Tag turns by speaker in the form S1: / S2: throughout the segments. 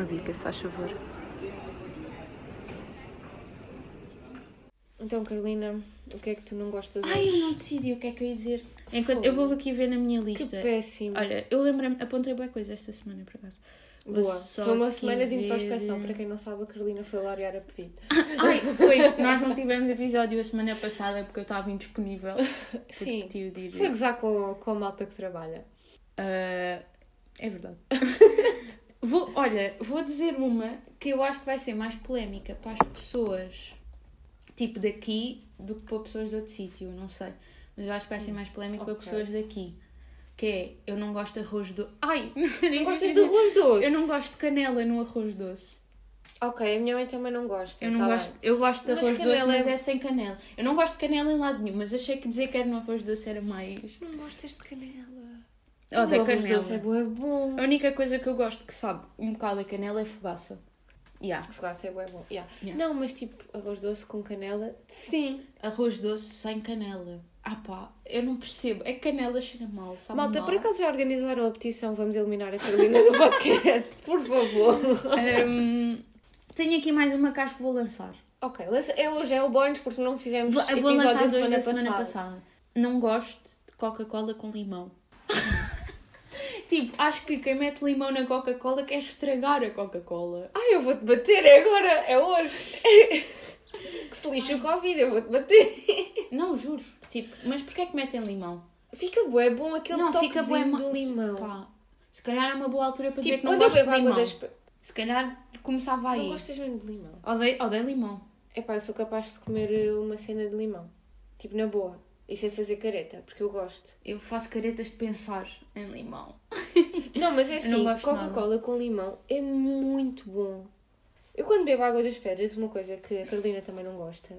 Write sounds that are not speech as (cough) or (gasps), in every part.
S1: Bíblia, É se faz favor.
S2: Então, Carolina, o que é que tu não gostas
S3: Ai, eu não decidi o que é que eu ia dizer. Enquanto, eu vou aqui ver na minha
S2: Que
S3: lista.
S2: péssimo.
S3: Olha, eu lembrei-me, apontei boa coisa esta semana, por acaso. Vou
S2: Boa.
S3: só
S2: Foi uma
S3: aqui
S2: semana de
S3: ver-
S2: introspeção. Para quem não sabe, a Carolina foi laurear a pedido.
S3: (laughs) Ai, pois, nós não tivemos episódio a semana passada porque eu estava indisponível. (laughs) Porque
S2: Sim.
S3: tive de ir-
S2: Foi gozar com, com a malta que trabalha.
S3: Ah, é verdade. (laughs) vou, olha, vou dizer uma que eu acho que vai ser mais polémica para as pessoas, tipo daqui, do que para pessoas de outro sítio, não sei. Mas eu acho que vai ser mais polémica para
S2: Ok.
S3: pessoas daqui. Que é, eu não gosto de arroz doce. (laughs) Ai! nem
S2: Não gostas
S3: sei
S2: de
S3: dizer.
S2: arroz doce?
S3: Eu não gosto de canela no arroz doce.
S2: Ok, a minha mãe também não gosta.
S3: Eu não
S2: tá
S3: gosto, eu gosto de
S2: Mas
S3: arroz doce,
S2: canela é-
S3: mas é sem canela. Eu não gosto de canela em lado nenhum, mas achei que dizer que era no arroz doce era mais.
S2: Bem. Não gostas de canela.
S3: Oh,
S2: o
S3: da
S2: arroz
S3: canela.
S2: doce é bom, é bom.
S3: A única coisa que eu gosto que sabe um bocado a canela é fogaça. Yeah.
S2: Fogaça é bom, é bom. Yeah.
S3: Yeah.
S2: Não, mas tipo, arroz doce com canela, sim.
S3: Arroz doce sem canela. Ah pá, eu não percebo. É que canela cheira mal, sabe
S2: Malta,
S3: Tá mal.
S2: por acaso já organizaram a petição? Vamos eliminar a Carolina do (laughs) podcast, por favor.
S3: (laughs) Ahm, tenho aqui mais uma que acho que vou lançar.
S2: ok, lança- é hoje, é o bónus porque não fizemos
S3: Vou,
S2: episódio
S3: vou lançar
S2: a
S3: dois
S2: semana,
S3: da semana
S2: passada.
S3: passada. Não gosto de Coca-Cola com limão. (laughs) tipo, acho que quem mete limão na Coca-Cola quer estragar a Coca-Cola.
S2: Ai, eu vou-te bater é agora, é hoje. (laughs) que se lixa o Covid, eu vou-te bater.
S3: Não, juro. Tipo, mas porquê é que metem limão?
S2: Fica bué bom aquele
S3: não,
S2: toquezinho
S3: fica bué ma-
S2: do limão.
S3: Pá, se calhar é uma boa altura para dizer
S2: Tipo,
S3: que não
S2: quando eu
S3: gosto de
S2: bebo
S3: limão.
S2: água das... pe-
S3: Se calhar começava aí.
S2: Não gostas mesmo de limão?
S3: Odeio, odeio limão.
S2: Epá, eu sou capaz de comer eh, uma cena de limão. Tipo, na boa. E sem fazer careta, porque eu gosto.
S3: Eu faço caretas de pensar em limão.
S2: Não, mas é
S3: Eu não
S2: assim,
S3: gosto
S2: Coca-Cola com limão é muito bom. Eu quando bebo água das pedras, uma coisa que a Carolina também não gosta,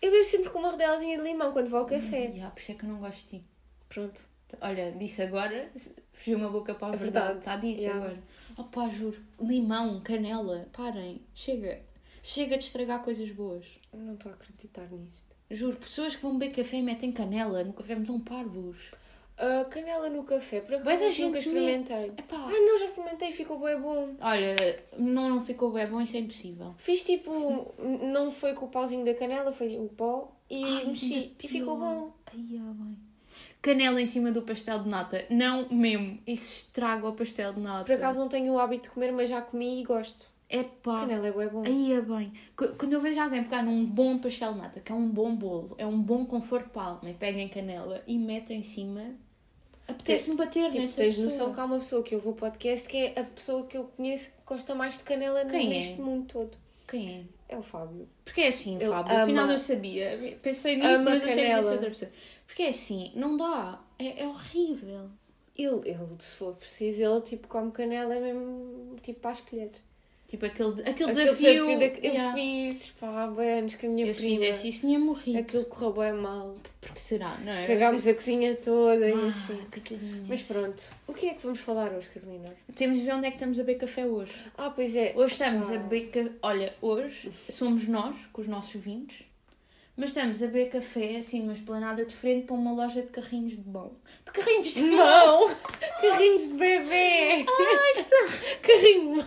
S2: eu bebo sempre com uma rodelazinha de limão quando vou ao café.
S3: Já, por isso é que eu não gosto de ti.
S2: Pronto.
S3: Olha, disse agora, se- fugiu uma boca para a
S2: É
S3: verdade.
S2: verdade,
S3: Está dito
S2: já.
S3: agora. Oh pá, juro. Limão, canela, parem. Chega. Chega de estragar coisas boas.
S2: Eu não estou a acreditar nisto.
S3: Juro, pessoas que vão beber café e metem canela no café, mas são parvos.
S2: Ah, canela no café, por
S3: Bué da
S2: acaso nunca
S3: gente mete.
S2: experimentei.
S3: Epá.
S2: Ah não, já experimentei, ficou bem bom.
S3: Olha, não, não ficou bem bom, isso é impossível.
S2: Fiz tipo, (laughs) n- não foi com o pauzinho da canela, foi o pó e mexi. E ficou bom.
S3: Ai, ah, bem. Canela em cima do pastel de nata. Não mesmo. Isso estraga o pastel de nata.
S2: Por acaso não tenho o hábito de comer, mas já comi e gosto.
S3: É pá.
S2: Canela é bué bom.
S3: Aí é bem. Qu- Quando eu vejo alguém pegar num bom pastel de nata, que é um bom bolo, é um bom conforto para a alma, e peguem canela e metem em cima, apetece-me bater né?
S2: Tipo,
S3: nessa
S2: tens
S3: pessoa.
S2: noção que há uma pessoa que eu vou podcast que é a pessoa que eu conheço que gosta mais de canela
S3: Quem é?
S2: neste mundo todo.
S3: Quem é?
S2: É o Fábio.
S3: Porque é assim,
S2: Ele
S3: Fábio,
S2: ama-
S3: afinal eu sabia. Pensei nisso,
S2: ama
S3: mas achei que ia ser
S2: canela.
S3: outra pessoa. Porque é assim, não dá. É, é horrível.
S2: Ele, ele, se for preciso, ele tipo come canela mesmo tipo para escolher.
S3: Tipo, aquele, aquele,
S2: Aquele
S3: desafio...
S2: desafio da que eu
S3: Yeah.
S2: fiz pá, há bué anos com a minha
S3: Eu se
S2: prima.
S3: fizesse isso, tinha morrido.
S2: Aquilo correu bem mal.
S3: Porque será, não é? Ah,
S2: Cagámos a cozinha toda e assim.
S3: Mas
S2: Mas pronto, o que é que vamos falar hoje, Carolina?
S3: temos de ver onde é que estamos a beber café hoje.
S2: Ah, pois é.
S3: Hoje estamos a
S2: Ah.
S3: beber café. Olha, hoje somos nós, com os nossos vinhos, mas estamos a beber café, assim, numa esplanada de frente para uma loja de carrinhos de mão. De carrinhos de mão!
S2: (laughs) Não! Carrinhos de bebê!
S3: tá.
S2: (laughs) Carrinho de mão!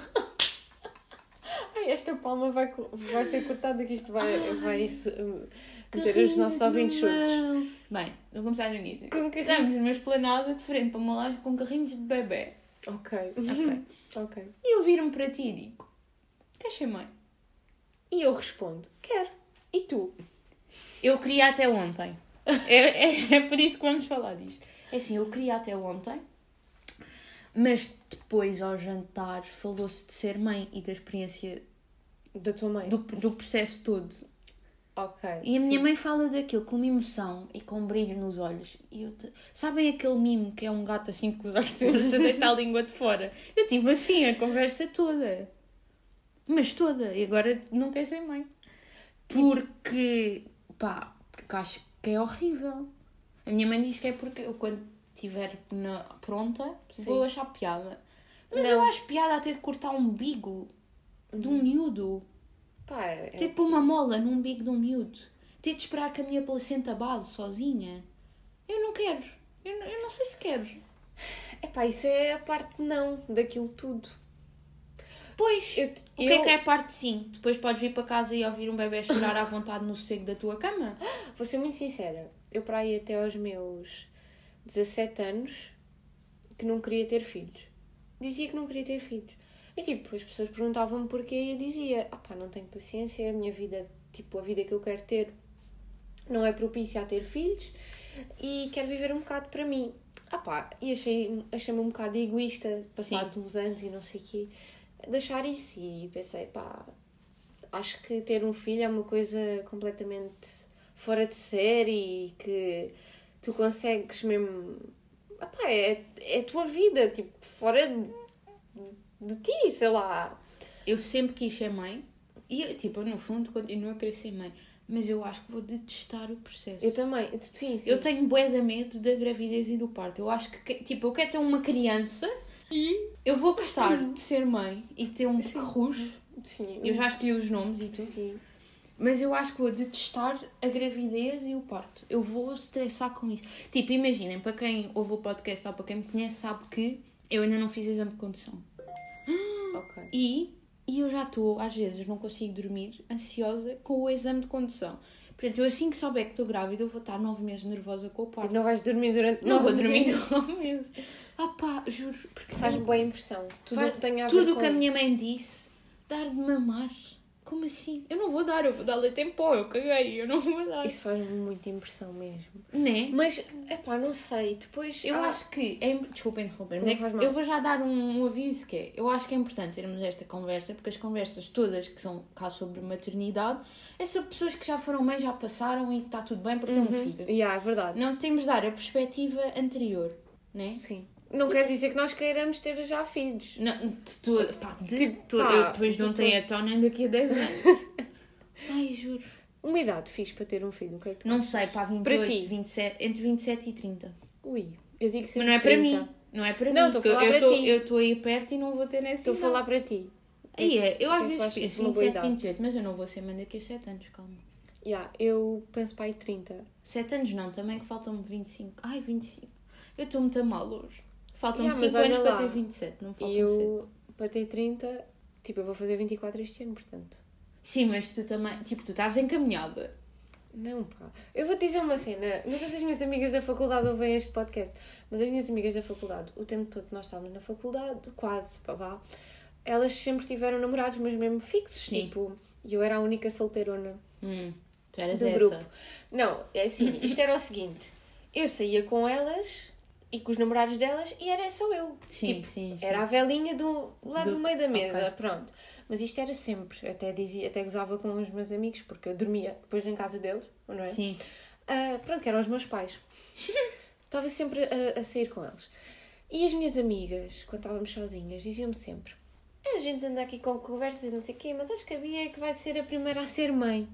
S2: Ai, esta palma vai, co- vai ser cortada que isto vai, vai su- hum, meter os nossos ouvintes surdos.
S3: Bem, vou começar no início.
S2: Com carrinhos.
S3: Estamos numa esplanada de frente para uma loja com carrinhos de bebê.
S2: Ok,
S3: Ok.
S2: ok.
S3: E eu viro-me para ti e digo: Queres ser mãe?
S2: E eu respondo, quero. E tu?
S3: Eu queria até ontem. É, é, é por isso que vamos falar disto. É assim, eu queria até ontem, mas depois ao jantar falou-se de ser mãe e da experiência
S2: Da tua mãe?
S3: do, do processo todo.
S2: Ok.
S3: E a
S2: sim.
S3: minha mãe fala daquilo com uma emoção e com um brilho nos olhos. E eu te- Sabem aquele mimo que é um gato assim com os olhos todos a deitar a língua de fora? Eu tive assim a conversa toda. Mas toda. E agora não quero ser mãe. Porque, pá, porque acho que é horrível. A minha mãe diz que é porque eu quando estiver na- pronta vou achar piada. Mas eu acho piada até de cortar um umbigo de um miúdo.
S2: Pá, é-
S3: Ter de pôr Tipo uma mola num umbigo de um miúdo. Ter de esperar que a minha placenta base sozinha. Eu não quero. Eu não, eu não sei se quero.
S2: é Epá, isso é a parte não daquilo tudo.
S3: Pois,
S2: Eu-
S3: o que é
S2: eu-
S3: que é parte 5? Depois podes vir para casa e ouvir um bebê chorar à vontade no sossego da tua cama.
S2: Vou ser muito sincera. Eu para aí até aos meus 17 anos que não queria ter filhos. Dizia que não queria ter filhos. E tipo, as pessoas perguntavam-me porquê e eu dizia, ah pá, não tenho paciência, a minha vida, tipo, a vida que eu quero ter não é propícia a ter filhos e quero viver um bocado para mim. Ah pá, e achei- achei-me um bocado egoísta, passado uns anos e não sei o quê, deixar isso e pensei, pá, acho que ter um filho é uma coisa completamente fora de série e que tu consegues mesmo. Ah pá, é, é a tua vida, tipo, fora de, de ti, sei lá.
S3: Eu sempre quis ser mãe e, eu, tipo, eu, no fundo continuo a querer ser mãe. Mas eu acho que vou detestar o processo.
S2: Eu também, sim, sim.
S3: Eu tenho bué de medo da gravidez e do parto. Eu acho que, que- tipo, eu quero ter uma criança e eu vou gostar de ser mãe e ter um perrucho.
S2: sim,
S3: Eu já escolhi os nomes e tudo.
S2: sim.
S3: Mas eu acho que vou detestar a gravidez e o parto. Eu vou estressar com isso. Tipo, imaginem, para quem ouve o podcast ou para quem me conhece, sabe que eu ainda não fiz exame de condução.
S2: Ok.
S3: E, e eu já estou, às vezes, não consigo dormir, ansiosa com o exame de condução. Portanto, eu assim que souber que estou grávida, eu vou estar nove meses nervosa com o parto.
S2: Não vais dormir durante.
S3: Não vou
S2: nove
S3: dormir
S2: meses.
S3: nove meses. Ah pá, juro. Porque
S2: Faz-me boa impressão. Tudo
S3: Vai-
S2: o que tenho a ver
S3: tudo o
S2: com
S3: que a minha
S2: isso.
S3: mãe disse, dar de mamar. Como assim? Eu não vou dar, eu vou dar leite em pó, eu caguei, eu não vou dar.
S2: Isso faz-me muita impressão mesmo.
S3: Né?
S2: Mas, epá, não sei. Depois.
S3: Eu
S2: Ah,
S3: acho que. É, im- desculpa interromper,
S2: Não
S3: mas é
S2: faz
S3: que
S2: mal.
S3: eu vou já dar um, um aviso que é. Eu acho que é importante termos esta conversa, porque as conversas todas que são cá sobre maternidade é sobre pessoas que já foram mães, já passaram e está tudo bem porque têm um filho.
S2: Yeah, é verdade.
S3: Não temos de dar a perspectiva anterior, né?
S2: Sim. Não quer dizer que nós queiramos ter já filhos.
S3: Não, de todo, pá, de um
S2: Tipo,
S3: todo.
S2: pá,
S3: eu depois não
S2: de
S3: tenho a nem daqui a 10 anos. Ai, juro.
S2: Uma idade fixe para ter um filho, o que é que tu...
S3: Não sei, pá, 28,
S2: ti.
S3: 27, entre 27 e 30.
S2: Ui, eu digo sempre
S3: Mas não é para
S2: 30.
S3: mim. Não é para
S2: Não,
S3: mim.
S2: estou a
S3: porque
S2: falar
S3: eu
S2: para
S3: estou-
S2: ti.
S3: Eu estou aí perto e não vou ter nessa
S2: Estou a
S3: idade.
S2: falar para ti.
S3: Aí é, eu às
S2: Eu
S3: vezes
S2: acho
S3: penso
S2: isso uma boa
S3: 27,
S2: idade.
S3: 28, mas eu não vou ser mãe daqui a 7 anos, calma.
S2: Yeah, eu penso para aí 30.
S3: 7 anos não, também que faltam-me 25. Ai, 25. Eu estou muito a mal hoje. Faltam-me
S2: Yeah, mas
S3: 5 anos
S2: olha
S3: para
S2: lá.
S3: ter 27, não faltam
S2: E
S3: 7.
S2: eu, para ter 30, tipo, eu vou fazer 24 este ano, portanto.
S3: Sim, mas tu também, tipo, tu estás encaminhada.
S2: Não, pá. Eu vou te dizer uma cena. Não sei se as minhas amigas da faculdade ouvem este podcast, mas as minhas amigas da faculdade, o tempo todo que nós estávamos na faculdade, quase, pá, vá, elas sempre tiveram namorados, mas mesmo fixos.
S3: Sim.
S2: Tipo, e eu era a única solteirona
S3: Hum, tu eras
S2: do
S3: essa.
S2: grupo. Não, é assim, isto era o seguinte: eu saía com elas e com os namorados delas e era só eu.
S3: Sim,
S2: tipo,
S3: sim, sim.
S2: era a velhinha do, lá do,
S3: Do-
S2: meio da mesa, pronto. Mas isto era sempre, até dizia, até gozava com os meus amigos, porque eu dormia depois em casa deles, não é?
S3: Sim.
S2: Ah, pronto, que eram os meus pais. Estava sempre a, a sair com eles. E as minhas amigas, quando estávamos sozinhas, diziam-me sempre: "Ah, A gente anda aqui com conversas e não sei o quê, mas acho que a Bia é que vai ser a primeira a ser mãe.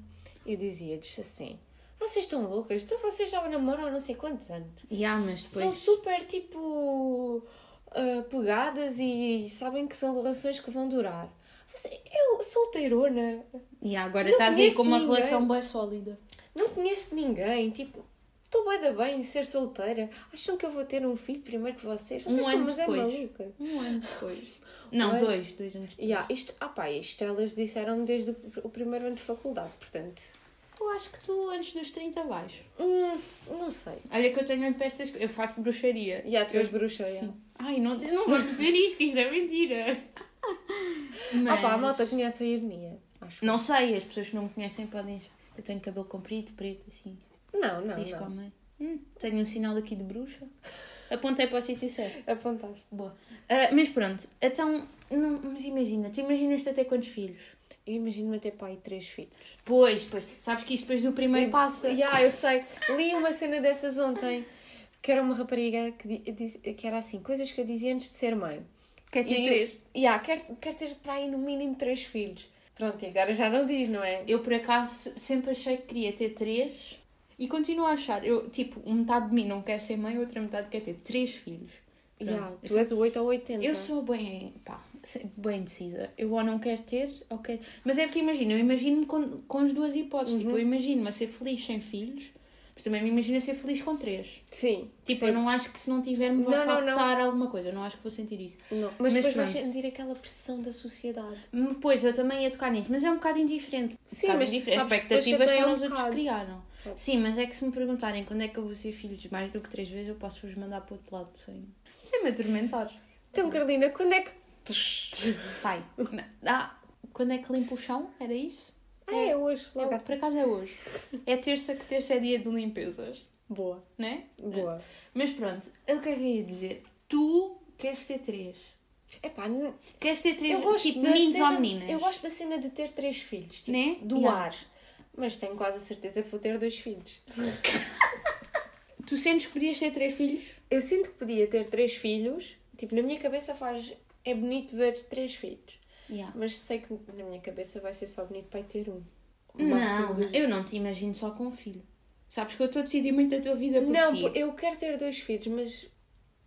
S2: Eu dizia-lhes assim: Vocês estão loucas? Então vocês já namoram há não sei quantos anos.
S3: E há, mas
S2: São
S3: depois.
S2: super tipo. ah, pegadas e sabem que são relações que vão durar. Você, eu, solteirona,
S3: E há, agora
S2: Não
S3: estás aí com
S2: conheço
S3: uma
S2: ninguém.
S3: relação bem sólida.
S2: não conheço ninguém, tipo, estou bué da bem em ser solteira. Acham que eu vou ter um filho primeiro que vocês? Vocês
S3: Um
S2: estão,
S3: ano
S2: mas é
S3: depois.
S2: maluca.
S3: Um ano depois. Não,
S2: Um ano.
S3: dois, dois anos depois.
S2: Yeah, isto, ah pá, isto elas disseram desde o, pr- o primeiro ano de faculdade, portanto,
S3: Eu acho que tu antes dos 30 vais.
S2: hum, não sei.
S3: Olha que eu tenho olho para estas coisas. Eu faço bruxaria.
S2: Já, tu és bruxa,
S3: Sim.
S2: yeah.
S3: Ai, não, não vou dizer isto, que isto
S2: (laughs)
S3: é mentira. Mas...
S2: Ah pá, a malta conhece a ironia, acho.
S3: Não sei, as pessoas que não me conhecem podem. Eu tenho cabelo comprido, preto, assim,
S2: Não, Ah, não,
S3: risco à
S2: não.
S3: mãe. Hum, tenho um sinal aqui de bruxa. Apontei para o sítio certo.
S2: Apontaste.
S3: Boa. Ah, mas pronto, então, não- mas imagina, tu imaginas-te até quantos filhos?
S2: Eu imagino-me até pai três filhos.
S3: Pois, pois, sabes que isso depois do primeiro passa.
S2: Yeah, ah, eu sei. Li uma cena dessas ontem, que era uma rapariga que, di- disse- que era assim, coisas que eu dizia antes de ser mãe.
S3: Quer ter
S2: E eu-
S3: três?
S2: Ya, quer, quer ter para aí no mínimo três filhos. Pronto, e agora já não diz, não é?
S3: Eu por acaso sempre achei que queria ter três e continuo a achar. Eu, tipo, metade de mim não quer ser mãe, outra metade quer ter três filhos. Pronto,
S2: Ya,
S3: eu
S2: tu és o 8 ou 80.
S3: Eu sou bem, pá, se- bem decisa. Eu ou não quero ter, ou quero...
S2: Uhum.
S3: Mas é porque imagina, eu imagino com, com as duas hipóteses. Tipo, eu imagino-me a ser feliz sem filhos. Por Mas também me imagino ser feliz com três.
S2: Sim.
S3: Tipo,
S2: percebo.
S3: eu não acho que se não tiver me
S2: Não,
S3: vai
S2: não, não.
S3: faltar alguma coisa. Eu não acho que vou sentir isso.
S2: Não, Mas,
S3: Mas
S2: depois vais
S3: pronto.
S2: sentir aquela pressão da sociedade.
S3: Hum, Pois, eu também ia tocar nisso. Mas é um bocado indiferente. Um
S2: Sim,
S3: bocado
S2: mas
S3: indiferente. As
S2: sabes,
S3: expectativas
S2: depois
S3: foram
S2: chateia
S3: os
S2: um
S3: outros que
S2: bocado.
S3: criaram.
S2: Sabe?
S3: Sim, mas é que se me perguntarem quando é que eu vou ser filhos mais do que três vezes, eu posso vos mandar para o outro lado do sonho.
S2: é
S3: Sem me atormentar.
S2: Então, Carolina, quando
S3: (laughs)
S2: é que.
S3: Sai. Ah, quando é que limpo o chão? Era isso?
S2: Ah, é hoje,
S3: É,
S2: logo à
S3: por acaso é hoje. É terça que terça é dia de limpezas,
S2: Boa.
S3: né?
S2: Boa.
S3: Mas pronto, eu que é que eu ia dizer? Tu queres ter três.
S2: Epá, n-
S3: Queres ter três
S2: eu gosto
S3: tipo,
S2: da
S3: meninos
S2: cena,
S3: ou meninas?
S2: Eu gosto da cena de ter três filhos, tipo,
S3: Né?
S2: do
S3: Yeah.
S2: ar. Mas tenho quase a certeza que vou ter dois filhos.
S3: Tu sentes que podias ter três filhos?
S2: Eu sinto que podia ter três filhos. Tipo, na minha cabeça faz... É bonito ver três filhos. Mas sei que na minha cabeça vai ser só bonito para ter um. O máximo
S3: Não,
S2: dos-
S3: eu não te imagino só com um filho. Sabes que eu estou a decidir muito da tua vida por
S2: Não,
S3: ti.
S2: por- eu quero ter dois filhos, mas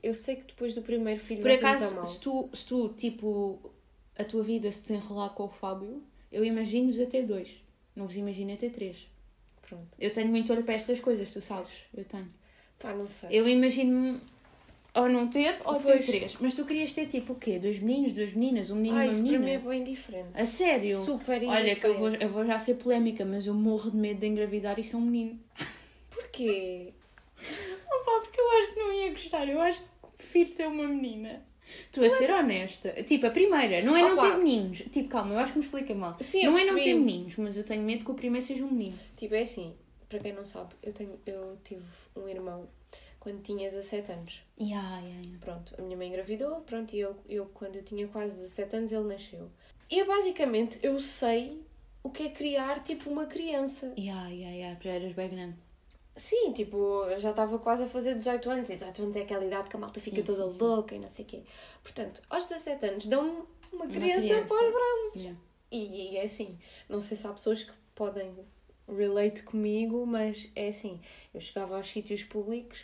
S2: eu sei que depois do primeiro filho
S3: Por
S2: vai ser muito
S3: acaso,
S2: mal.
S3: se tu, se tu, tipo, a tua vida se desenrolar com o Fábio, eu imagino-vos a ter dois. Não vos imagino a ter três.
S2: Pronto.
S3: Eu tenho muito olho para estas coisas, tu sabes. Eu tenho.
S2: Pá, não sei.
S3: Eu imagino-me ou não ter ou
S2: Pois.
S3: ter três. Mas tu querias ter, tipo, o quê? Dois meninos, duas meninas, um menino
S2: Ah,
S3: e uma
S2: isso para mim é
S3: menina?
S2: bem diferente.
S3: A sério?
S2: Super
S3: Olha, que eu vou,
S2: indiferente.
S3: eu vou já ser polémica, mas eu morro de medo de engravidar e ser um menino.
S2: Porquê?
S3: Não posso, que eu acho que não ia gostar. Eu acho que prefiro ter uma menina. Estou a ser honesta. Tipo, a primeira, não é não
S2: Opa.
S3: ter meninos. Tipo, calma, eu acho que me explica mal.
S2: Sim, eu
S3: não é não
S2: percebi.
S3: ter meninos, mas eu tenho medo que o primeiro seja um menino.
S2: Tipo, é assim, para quem não sabe, eu, tenho, eu tive um irmão quando tinha 17 anos.
S3: Ya, ya, ya.
S2: Pronto, a minha mãe engravidou, pronto, e eu, eu quando eu tinha quase 17 anos ele nasceu. E eu, basicamente eu sei o que é criar tipo uma criança.
S3: Ya, ya, ya, já eras bem grande.
S2: Sim, tipo, eu já estava quase a fazer 18 anos, e 18 anos é aquela idade que a malta fica
S3: Sim,
S2: toda
S3: sim, sim.
S2: louca e não sei o quê. Portanto, aos 17 anos dão-me uma criança,
S3: criança.
S2: para os braços.
S3: Ya.
S2: E, e é assim, não sei se há pessoas que podem relate comigo, mas é assim, eu chegava aos sítios públicos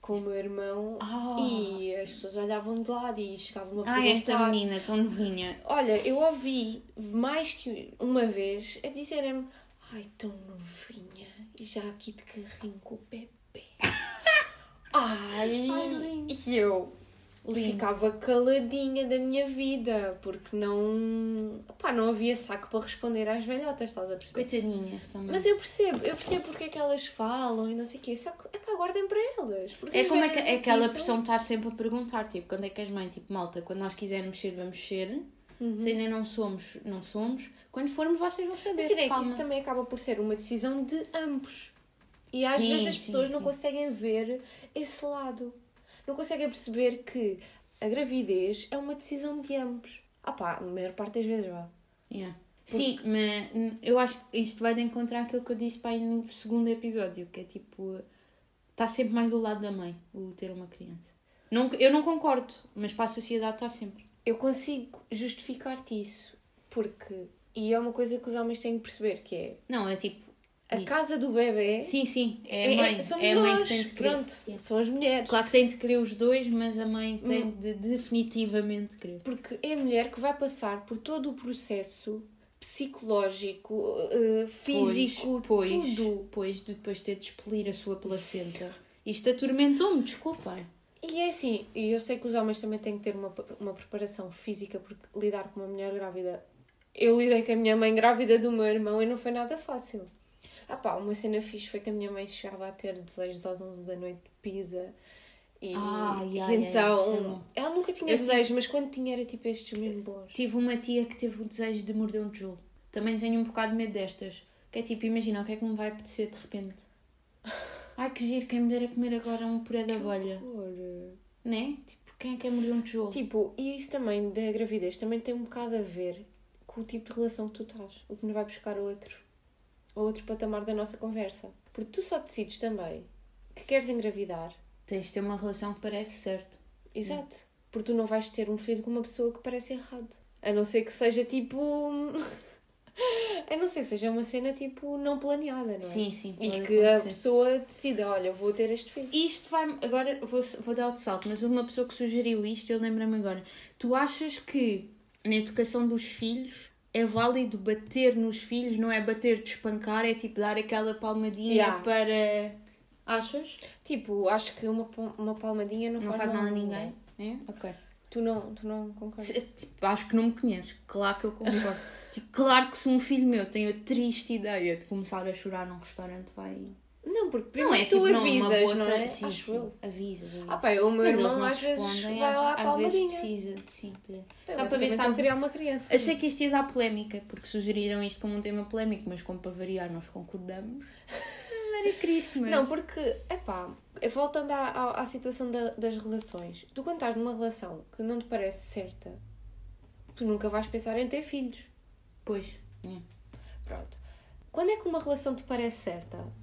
S2: com o meu irmão
S3: Ah.
S2: e as pessoas olhavam de lado e chegavam-me a
S3: Ah, esta
S2: perguntar.
S3: menina tão novinha.
S2: Olha, eu ouvi mais que uma vez a dizerem-me Ai, tão novinha, e já aqui de carrinho com o
S3: (laughs)
S2: bebê. Ai,
S3: Ai, lindo.
S2: e eu
S3: Lindo.
S2: ficava caladinha da minha vida, porque não... Pá, não havia saco para responder às velhotas, estás a perceber?
S3: Coitadinhas também.
S2: Mas eu percebo, eu percebo porque é que elas falam e não sei o quê, só que, epá, guardem para elas. porque
S3: É
S2: as
S3: como aque-
S2: velhas aqui
S3: aquela
S2: são-
S3: pressão de estar sempre a perguntar, tipo, quando é que és mãe? Tipo, malta, quando nós quisermos ser, vamos ser.
S2: Uhum.
S3: Se ainda não somos, não somos. Quando formos, vocês vão saber.
S2: Mas é que
S3: Calma.
S2: isso também acaba por ser uma decisão de ambos. E às
S3: Sim,
S2: vezes as
S3: sim,
S2: pessoas não
S3: sim.
S2: conseguem ver esse lado. Não conseguem perceber que a gravidez é uma decisão de ambos. Ah pá, a maior parte das vezes vá.
S3: Yeah. Sim, mas hum, eu acho que isto vai de encontrar aquilo que eu disse pai no segundo episódio, que é tipo, está sempre mais do lado da mãe o ter uma criança. Não, eu não concordo, mas para a sociedade está sempre.
S2: Eu consigo justificar-te isso. Porque. E é uma coisa que os homens têm que perceber: que é
S3: Não, é tipo.
S2: a
S3: isso.
S2: casa do bebê.
S3: Sim, sim, é a mãe.
S2: somos
S3: É a mãe
S2: nós.
S3: que tem de querer.
S2: Pronto, são as mulheres.
S3: Claro que tem de querer os dois, mas a mãe
S2: Hum.
S3: tem de definitivamente querer.
S2: Porque é a mulher que vai passar por todo o processo psicológico, eh, físico,
S3: pois,
S2: tudo.
S3: Pois, de depois ter de expelir a sua placenta. Isto atormentou-me, desculpem.
S2: E é assim, e eu sei que os homens também têm que ter uma, pre- uma preparação física, porque lidar com uma mulher grávida. Eu lidei com a minha mãe grávida do meu irmão e não foi nada fácil. Ah pá, uma cena fixe foi que a minha mãe chegava a ter desejos às 11 da noite de pizza. E,
S3: Ah,
S2: e
S3: yeah, yeah,
S2: então,
S3: isso é bom.
S2: ela nunca tinha
S3: Eu
S2: desejos, mas quando tinha era tipo estes mesmo bons.
S3: Tive uma tia que teve o desejo de morder um tijolo. Também tenho um bocado de medo destas. Que é tipo, imagina, o que é que me vai apetecer de repente?
S2: (laughs)
S3: Ai que giro, quem me dera comer agora um puré de abelha.
S2: Ora.
S3: Né? Tipo, quem é que quer morder um tijolo?
S2: Tipo, e isso também da gravidez também tem um bocado a ver com o tipo de relação que tu estás, o que nos vai buscar a outro, a outro patamar da nossa conversa. Porque tu só decides também que queres engravidar.
S3: Tens de ter uma relação que parece certo.
S2: Exato. Porque tu não vais ter um filho com uma pessoa que parece errado. A não ser que seja tipo. (laughs) a não ser que seja uma cena tipo não planeada, não é?
S3: Sim, sim.
S2: E
S3: pode
S2: que a
S3: acontecer.
S2: pessoa decida, olha, eu vou ter este filho.
S3: Isto vai Agora vou, vou dar outro salto, mas houve uma pessoa que sugeriu isto e eu lembro-me agora. Tu achas que na educação dos filhos é válido bater nos filhos, não é bater de espancar, é tipo dar aquela palmadinha
S2: Yeah.
S3: para Achas?
S2: Tipo, acho que uma, pom- uma palmadinha não,
S3: Não faz mal a ninguém? É? Ok.
S2: Tu não, tu não concordas?
S3: Se- tipo, acho que não me conheces. Claro que
S2: (laughs)
S3: eu concordo. tipo, claro que se um filho meu tem a triste ideia de começar a chorar num restaurante, vai.
S2: Não, porque
S3: Não
S2: primeiro
S3: é
S2: tu
S3: tipo, não, uma
S2: avisas,
S3: boa
S2: não, é?
S3: tra- Sim,
S2: acho
S3: sim,
S2: eu.
S3: Avisas, avisas.
S2: Ah pá, o meu
S3: Mas eles
S2: irmão
S3: não
S2: às vezes
S3: respondem,
S2: vai
S3: às-
S2: lá à
S3: às vezes
S2: palmadinha.
S3: precisa de sim. de-
S2: Pá,
S3: Só para ver se
S2: basicamente, eu
S3: está
S2: criar uma criança.
S3: Achei que isto ia dar polémica, porque sugeriram isto como um tema polémico, mas como para variar nós concordamos. Maria Cristo, mas...
S2: Não, porque, epá, voltando à, à, à situação da- das relações, tu quando estás numa relação que não te parece certa, tu nunca vais pensar em ter filhos.
S3: Pois, é.
S2: Pronto. Quando é que uma relação te parece certa?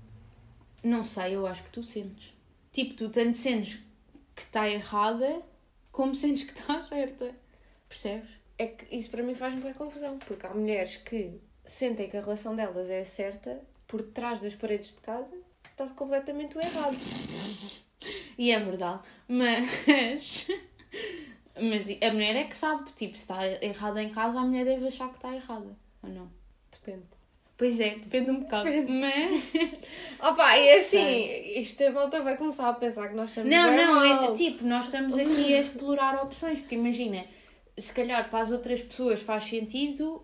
S3: não sei, eu acho que tu sentes. Tipo, tu tanto sentes que está errada, como sentes que está (laughs) certa. Percebes?
S2: É que isso para mim faz-me bem confusão, porque há mulheres que sentem que a relação delas é certa, por trás das paredes de casa, está completamente o errado.
S3: E é verdade. Mas... (laughs) Mas a mulher é que sabe, tipo, se está errada em casa, a mulher deve achar que está errada, ou não?
S2: Depende.
S3: Pois é, depende um bocado. Mas...
S2: Opa, é assim, isto a malta vai começar a pensar que nós estamos
S3: Não,
S2: bem
S3: não,
S2: mal.
S3: é, tipo, nós estamos aqui a explorar opções, porque imagina, se calhar para as outras pessoas faz sentido,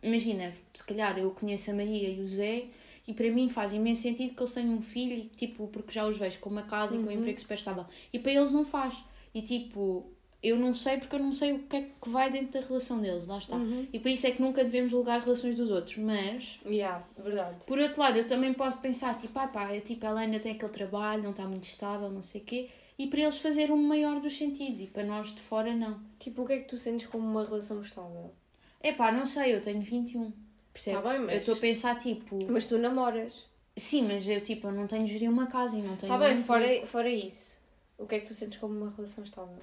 S3: imagina, se calhar eu conheço a Maria e o Zé, e para mim faz imenso sentido que eles tenham um filho, e, tipo, porque já os vejo com uma casa e com um emprego super estável, e para eles não faz, e tipo, eu não sei porque eu não sei o que é que vai dentro da relação deles, lá está, e por isso é que nunca devemos julgar relações dos outros, mas...
S2: Yeah, verdade.
S3: Por outro lado, eu também posso pensar, tipo, ah, pá, é tipo, ela ainda tem aquele trabalho, não está muito estável, não sei o quê, e para eles fazer o maior dos sentidos, e para nós de fora, não.
S2: Tipo, o que é que tu sentes como uma relação estável?
S3: É pá, não sei, eu tenho 21, percebes?
S2: Tá bem, mas-
S3: Eu estou a pensar, tipo,
S2: Mas tu namoras.
S3: sim, mas eu, tipo, eu não tenho de gerir uma casa e não tenho...
S2: Está Tá bem,
S3: um-
S2: fora, fora isso. O que é que tu sentes como uma relação estável?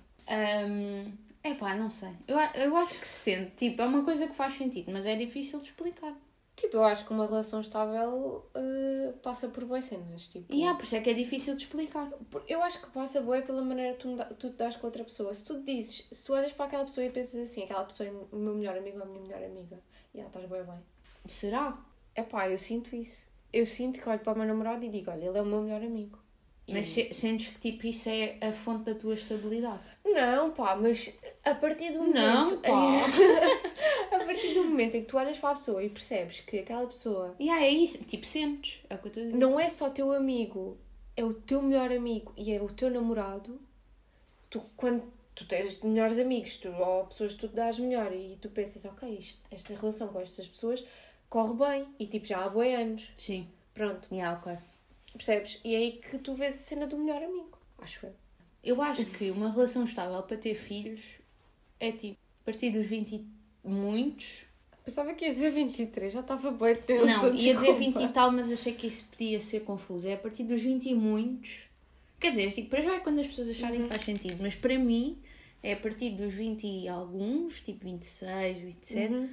S3: Ahm, é pá, não sei. Eu, a- eu acho que se sente, tipo, é uma coisa que faz sentido, mas é difícil de explicar.
S2: Tipo, eu acho que uma relação estável eh, passa por boas cenas. Tipo,
S3: E há, por isso é que é difícil de explicar.
S2: Por- Eu acho que passa boa pela maneira que tu, me da- tu te das com outra pessoa. Se tu dizes, se tu olhas para aquela pessoa e pensas assim, aquela pessoa é o meu melhor amigo ou a minha melhor amiga, e yeah, estás bem bem.
S3: Será?
S2: É pá, eu sinto isso. Eu sinto que olho para o meu namorado e digo, olha, ele é o meu melhor amigo.
S3: Mas se- sentes que, tipo, isso é a fonte da tua estabilidade.
S2: Não, pá, mas a partir do momento.
S3: Não, pá.
S2: (laughs) A partir do momento em que tu olhas para a pessoa e percebes que aquela pessoa
S3: E yeah, é isso, tipo, sentes, é o que eu estou a dizer.
S2: não é só teu amigo, é o teu melhor amigo e é o teu namorado, tu, quando tu tens os melhores amigos tu, ou pessoas que tu te dás melhor e tu pensas, ok, isto- esta relação com estas pessoas corre bem e tipo já há boi anos,
S3: Sim,
S2: pronto,
S3: yeah, ok.
S2: percebes? E é aí que tu vês a cena do melhor amigo, acho eu.
S3: Eu acho que uma relação estável para ter filhos é tipo, a partir dos 20 e muitos.
S2: Pensava que ias dizer 23, já estava bem tensa,
S3: não, ia dizer
S2: desculpa.
S3: 20 e tal, mas achei que isso podia ser confuso. É a partir dos 20 e muitos. Quer dizer, tipo, para já é quando as pessoas acharem
S2: Uhum.
S3: que faz sentido, mas para mim é a partir dos 20 e alguns, tipo 26, 27.
S2: Uhum.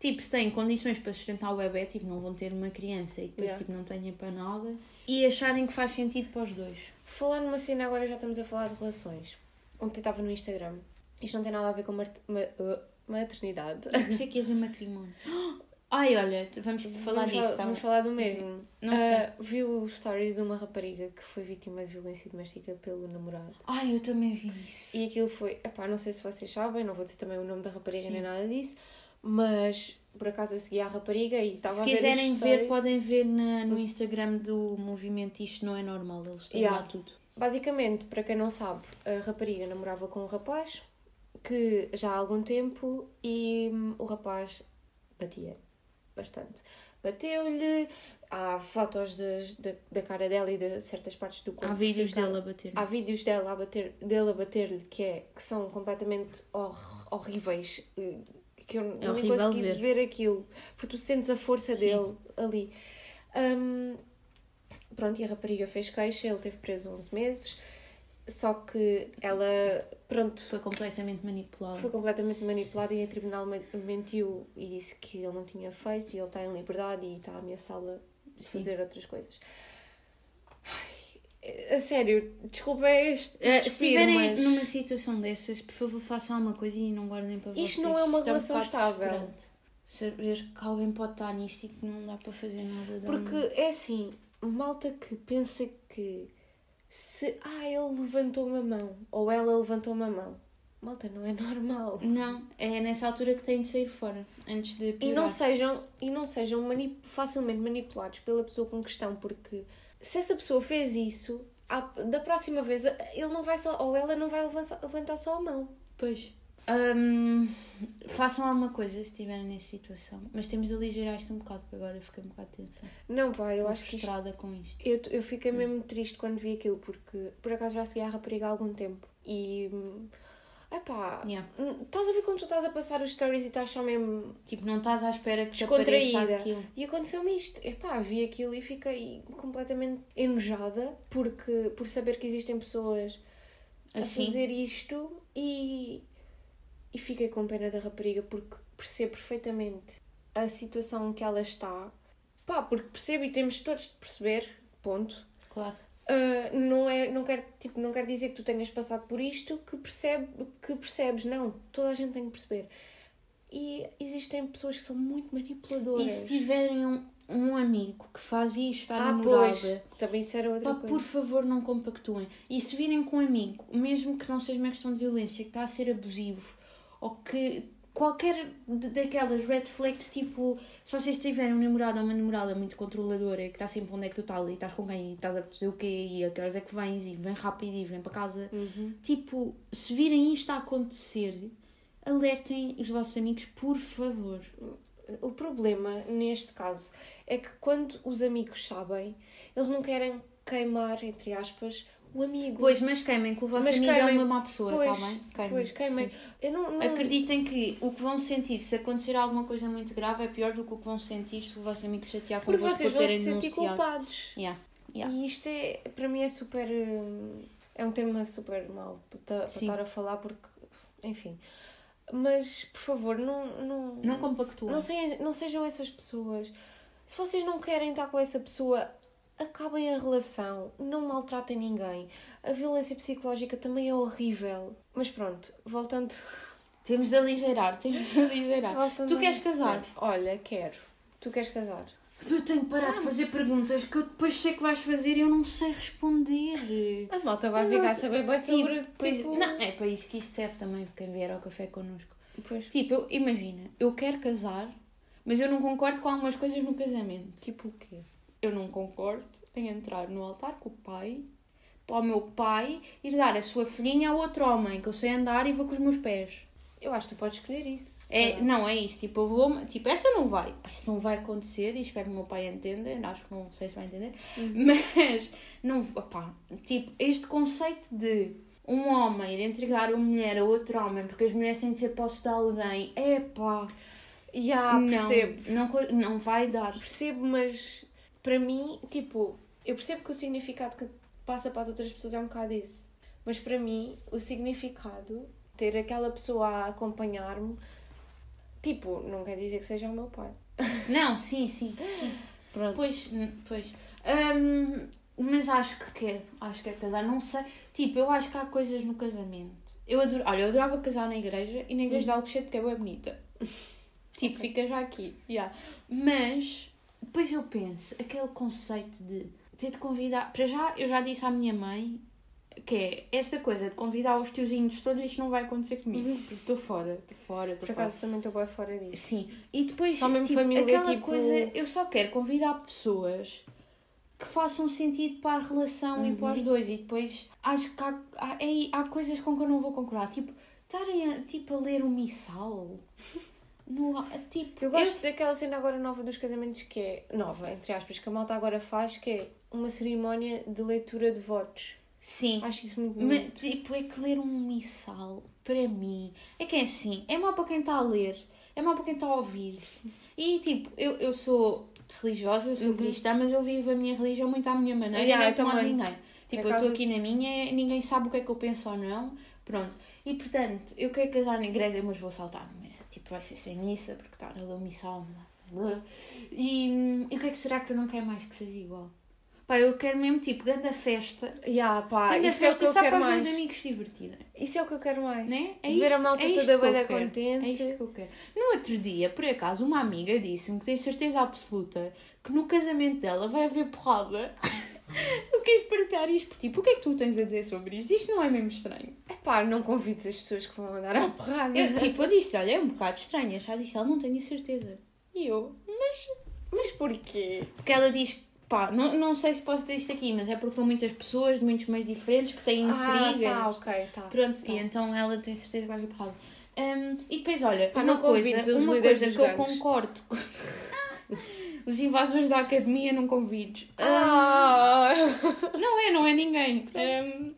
S3: Tipo, se têm condições para sustentar o bebê, tipo, não vão ter uma criança e depois,
S2: Yeah.
S3: tipo, não tenha para nada. E acharem que faz sentido para os dois.
S2: Falar numa cena agora, já estamos a falar de relações. Ontem estava no Instagram. Isto não tem nada a ver com mart- ma- uh, maternidade.
S3: Por isso é que ias em matrimónio. (gasps) Ai, olha, t- vamos falar
S2: vamos
S3: disso,
S2: falar,
S3: tá?
S2: vamos falar do mesmo.
S3: Não
S2: Ah, vi o stories de uma rapariga que foi vítima de violência doméstica pelo namorado.
S3: Ai, eu também vi isso.
S2: E aquilo foi, epá, não sei se vocês sabem, não vou dizer também o nome da rapariga nem nada disso, mas por acaso eu segui a rapariga e estava
S3: Se
S2: a ver os
S3: quiserem ver,
S2: stories.
S3: podem ver na- no Instagram do movimento Isto Não É Normal. Eles têm
S2: Yeah.
S3: lá tudo.
S2: Basicamente, para quem não sabe, a rapariga namorava com um rapaz que já há algum tempo e hum, o rapaz batia bastante. Bateu-lhe, há fotos das- da, da cara dela e de certas partes do corpo.
S3: Há vídeos
S2: ficaram-
S3: dela a bater.
S2: Há vídeos dela a bater, dele a bater-lhe que, é, que são completamente hor- horríveis. eh, Que eu não nem
S3: É horrível
S2: consegui
S3: ver.
S2: ver. aquilo. Porque tu sentes a força
S3: Sim.
S2: dele ali. Hum, pronto, e a rapariga fez queixa, ele teve preso 11 meses. Só que ela, pronto,
S3: Foi completamente manipulado.
S2: foi completamente manipulada e o tribunal men- mentiu e disse que ele não tinha feito e ele está em liberdade e está a ameaçá-la de
S3: Sim.
S2: fazer outras coisas. Ai, é, a sério, desculpem este
S3: Eh, se
S2: suspiro,
S3: estiverem
S2: mas...
S3: numa situação dessas, por favor, façam alguma coisa e não guardem para vocês.
S2: Isto não é uma
S3: Isto um
S2: relação
S3: bocado
S2: estável.
S3: desesperante. Saber que alguém pode estar nisto e que não dá para fazer nada. dá-me-
S2: Porque é assim, malta que pensa que se ah, ele levantou uma mão ou ela levantou uma mão, malta não é normal.
S3: Não, é nessa altura que têm de sair fora, antes de
S2: E
S3: piorar.
S2: não sejam, e não sejam mani- facilmente manipulados pela pessoa com questão, porque se essa pessoa fez isso, à- da próxima vez ele não vai só, ou ela não vai levança- levantar só a mão.
S3: Pois. Hum, façam alguma coisa se estiverem nessa situação. Mas temos de aligerar isto um bocado, porque agora eu fiquei um bocado tensa.
S2: Não, pá, eu acho que isto
S3: frustrada com isto.
S2: Eu, eu fiquei mesmo triste quando vi aquilo, porque por acaso já segui a rapariga há algum tempo. E. hum, Epá.
S3: Yeah.
S2: hum, Estás a ver como tu estás a passar os stories e estás só mesmo.
S3: Tipo, não estás à espera que te apareça
S2: Descontraída.
S3: aquilo.
S2: E aconteceu-me isto. Epá, vi aquilo e fiquei completamente enojada porque, por saber que existem pessoas a
S3: Assim.
S2: fazer isto e. E fiquei com pena da rapariga porque percebo perfeitamente a situação em que ela está. Pá, porque percebo e temos todos de perceber. Ponto.
S3: Claro.
S2: Uh, não é não quero tipo não quero dizer que tu tenhas passado por isto que percebe que percebes não toda a gente tem que perceber e existem pessoas que são muito manipuladoras
S3: E se tiverem um, um amigo que faz isto à
S2: ah pois
S3: namorada,
S2: também isso era outra
S3: pá,
S2: coisa
S3: por favor não compactuem. E se virem com um amigo, mesmo que não seja uma questão de violência, que está a ser abusivo, ou que qualquer de- daquelas red flags, tipo, se vocês tiverem um namorado ou uma namorada muito controladora, que está sempre onde é que tu estás e estás com quem e estás a fazer o quê e a que horas é que vens e vem rápido e vem para casa,
S2: Uhum.
S3: tipo, se virem isto a acontecer, alertem os vossos amigos, por favor.
S2: Uhum. o problema neste caso é que quando os amigos sabem eles não querem queimar entre aspas o amigo
S3: Pois, mas queimem que o vosso
S2: Mas
S3: amigo é
S2: queimem.
S3: uma má pessoa, está
S2: pois,
S3: bem? Queimem.
S2: pois queimem
S3: Sim.
S2: eu não, não
S3: Acreditem que o que vão sentir se acontecer alguma coisa muito grave é pior do que o que vão sentir se o vosso amigo se chatear com
S2: porque
S3: vocês
S2: vocês
S3: por
S2: vão se
S3: terem
S2: sentir
S3: denunciado.
S2: culpados
S3: Yeah. Yeah.
S2: E isto é, para mim, é super. hum, É um tema super mau para ta- para
S3: Sim.
S2: estar a falar, porque. Enfim. Mas, por favor, não. Não,
S3: Não compactuam.
S2: não, sejam, não sejam essas pessoas. Se vocês não querem estar com essa pessoa, acabem a relação. Não maltratem ninguém. A violência psicológica também é horrível. Mas pronto, voltando.
S3: Temos de aligeirar, temos de aligeirar.
S2: voltando
S3: tu
S2: a-
S3: queres casar?
S2: Olha, quero. Tu queres casar?
S3: Eu tenho que parar de fazer perguntas que eu depois sei que vais fazer e eu não sei responder.
S2: A malta vai
S3: Eu não
S2: ficar a
S3: sei-
S2: saber bem
S3: Sim,
S2: sobre.
S3: Tipo, pois-
S2: tipo,
S3: Não, é para isso que isto serve também, quem vier ao café connosco.
S2: Pois,
S3: Tipo, eu, imagina, eu quero casar, mas eu não concordo com algumas coisas no casamento.
S2: tipo o quê?
S3: eu não concordo em entrar no altar com o pai para o meu pai ir dar a sua filhinha a outro homem que eu sei andar e vou com os meus pés.
S2: Eu acho que tu podes escolher isso. sei
S3: É,
S2: lá.
S3: não, é isso. Tipo, eu vou. Tipo, essa não vai. Pá, Isso não vai acontecer e espero que o meu pai entenda. eu Acho que não sei se vai entender. Mas, não. Opá, tipo, este conceito de um homem ir entregar uma mulher a outro homem porque as mulheres têm de ser posses de alguém. É pá.
S2: Ya, Ah, percebo.
S3: Não, não, co- não vai dar.
S2: Percebo, mas para mim, tipo, eu percebo que o significado que passa para as outras pessoas é um bocado esse. Mas para mim, o significado, ter aquela pessoa a acompanhar-me, tipo, não quer dizer que seja o meu pai.
S3: Não, sim, sim. sim.
S2: Pronto.
S3: Pois, n- pois. Hum, mas acho que quero. Acho que é casar. Não sei. Tipo, eu acho que há coisas no casamento. Eu adoro, olha, eu adorava casar na igreja e na igreja de Alcochete porque é bem bonita. tipo, fica já aqui. Yeah. Mas, depois eu penso, aquele conceito de ter de convidar. Para já, eu já disse à minha mãe que é esta coisa de convidar os tiozinhos todos, isto não vai acontecer comigo. Porque estou fora, Uhum. estou fora, estou
S2: Por
S3: fora.
S2: acaso também estou bem fora disso.
S3: Sim, e depois
S2: Só mesmo
S3: tipo,
S2: família,
S3: aquela
S2: tipo-
S3: coisa, eu só quero convidar pessoas que façam sentido para a relação e
S2: Uhum.
S3: para os dois. E depois acho que há, há, é- há coisas com que eu não vou concordar. Tipo, estarem a, tipo, a ler o missal. (laughs) No, tipo,
S2: Eu gosto daquela cena agora nova dos casamentos que é nova, entre aspas, que a malta agora faz, que é uma cerimónia de leitura de votos.
S3: sim,
S2: Acho isso muito bonito.
S3: mas tipo, é que ler um missal, para mim, é que é assim, é mau para quem está a ler, é mau para quem está a ouvir. E tipo, eu, eu sou religiosa, eu sou cristã, mas eu vivo a minha religião muito à minha maneira
S2: Uhum. Yeah,
S3: e
S2: eu
S3: não incomodo
S2: também.
S3: ninguém. Tipo, eu
S2: acaso-
S3: estou aqui na minha, ninguém sabe o que é que eu penso ou não, pronto. E portanto, eu quero casar na igreja, mas vou saltar, né? tipo, vai ser sem missa, porque está a ler o missal. blá, blá. E, hum, e o que é que será que eu não quero mais que seja igual? Pá, eu quero mesmo, tipo, grande festa,
S2: Ya, pá,
S3: Ainda
S2: isto é o
S3: festa
S2: que eu
S3: só para
S2: quero
S3: os meus
S2: mais.
S3: amigos se divertirem.
S2: Isso é o que eu quero mais.
S3: Né?
S2: Ver a malta toda
S3: que eu
S2: bué da
S3: quero.
S2: contente.
S3: É isto que eu quero. No outro dia, por acaso, uma amiga disse-me que tem certeza absoluta que que no casamento dela vai haver porrada. (laughs) Eu quis partilhar isto por ti. Porquê é que tu tens a dizer sobre isto? Isto não é mesmo estranho.
S2: Epá, não convides as pessoas que vão andar à porrada.
S3: Eu, tipo, eu disse, olha, é um bocado estranho. Achas isto? Ela não tenho certeza. E eu, mas...
S2: Mas porquê?
S3: Porque ela diz, pá, não, não sei se posso dizer isto aqui, mas é porque são muitas pessoas de muitos meios diferentes que têm intrigas.
S2: Ah, tá, ok, tá.
S3: Pronto,
S2: tá.
S3: e então ela tem certeza que vai vir porrada. Hum, e depois, olha,
S2: Pá,
S3: uma
S2: não convido
S3: coisa,
S2: os
S3: uma
S2: líderes
S3: coisa
S2: dos
S3: que eu
S2: gangues.
S3: concordo com... (laughs) Os invasores da academia não convides.
S2: Ah,
S3: Não é, não é ninguém. Hum,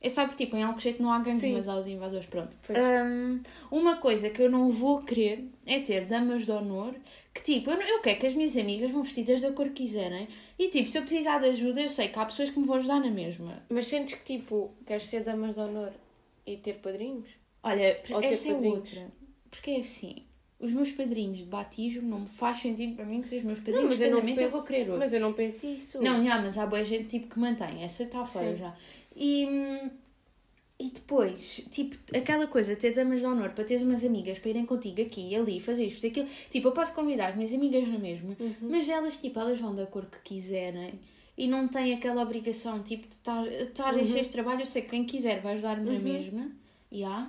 S3: é só porque, tipo, em Alcochete não há gangue,
S2: Sim.
S3: mas há os invasores, pronto.
S2: Pois.
S3: Hum, uma coisa que eu não vou querer é ter damas de honor que, tipo, eu, não- eu quero que as minhas amigas vão vestidas da cor que quiserem e, tipo, se eu precisar de ajuda, eu sei que há pessoas que me vão ajudar na mesma.
S2: Mas sentes que, tipo, queres ser damas de honor e ter padrinhos?
S3: Olha,
S2: Ou ter
S3: essa é
S2: padrinhos.
S3: outra. Porque é assim, os meus padrinhos de batismo não me faz sentido para mim que sejam os meus padrinhos
S2: Não, mas
S3: de
S2: eu não
S3: casamento, eu
S2: penso,
S3: vou querer outros.
S2: mas eu não penso isso.
S3: Não, já, mas há boa gente tipo, que mantém. Essa está fora
S2: Sim.
S3: já. E, hum, e depois, tipo, aquela coisa, ter damas de honor para teres umas amigas para irem contigo aqui e ali, fazer isto, fazer aquilo. Tipo, eu posso convidar as minhas amigas na mesma, mas elas, tipo, elas vão da cor que quiserem. E não têm aquela obrigação, tipo, de estar, estar a este trabalho. Eu sei que quem quiser vai ajudar-me na mesma. E há.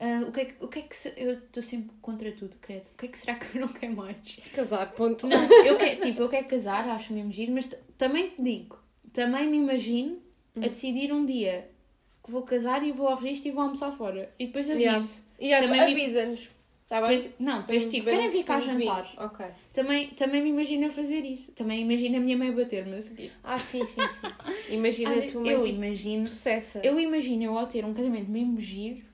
S3: Ah, o, que é que, o que é que... se- eu estou sempre contra tudo, credo. O que é que será que eu não quero mais?
S2: Casar, ponto.
S3: Não, eu
S2: (laughs)
S3: quero, tipo, eu quero casar, acho mesmo giro, mas t- também te digo, também me imagino
S2: Hum.
S3: a decidir um dia que vou casar e vou ao resto e vou almoçar fora. E depois aviso.
S2: Yeah. E a-
S3: Também me-
S2: avisa-nos. Tá bem? um
S3: Depois, não, depois tipo, querem vir cá jantar.
S2: Ok.
S3: Também, também me imagino a fazer isso. Também imagino a minha mãe bater-me a seguir.
S2: Ah, sim, sim,
S3: (laughs)
S2: sim. Imagina
S3: Olha,
S2: a tua
S3: eu
S2: mãe tipo,
S3: imagino.
S2: processa.
S3: Eu imagino eu ao ter um casamento mesmo giro.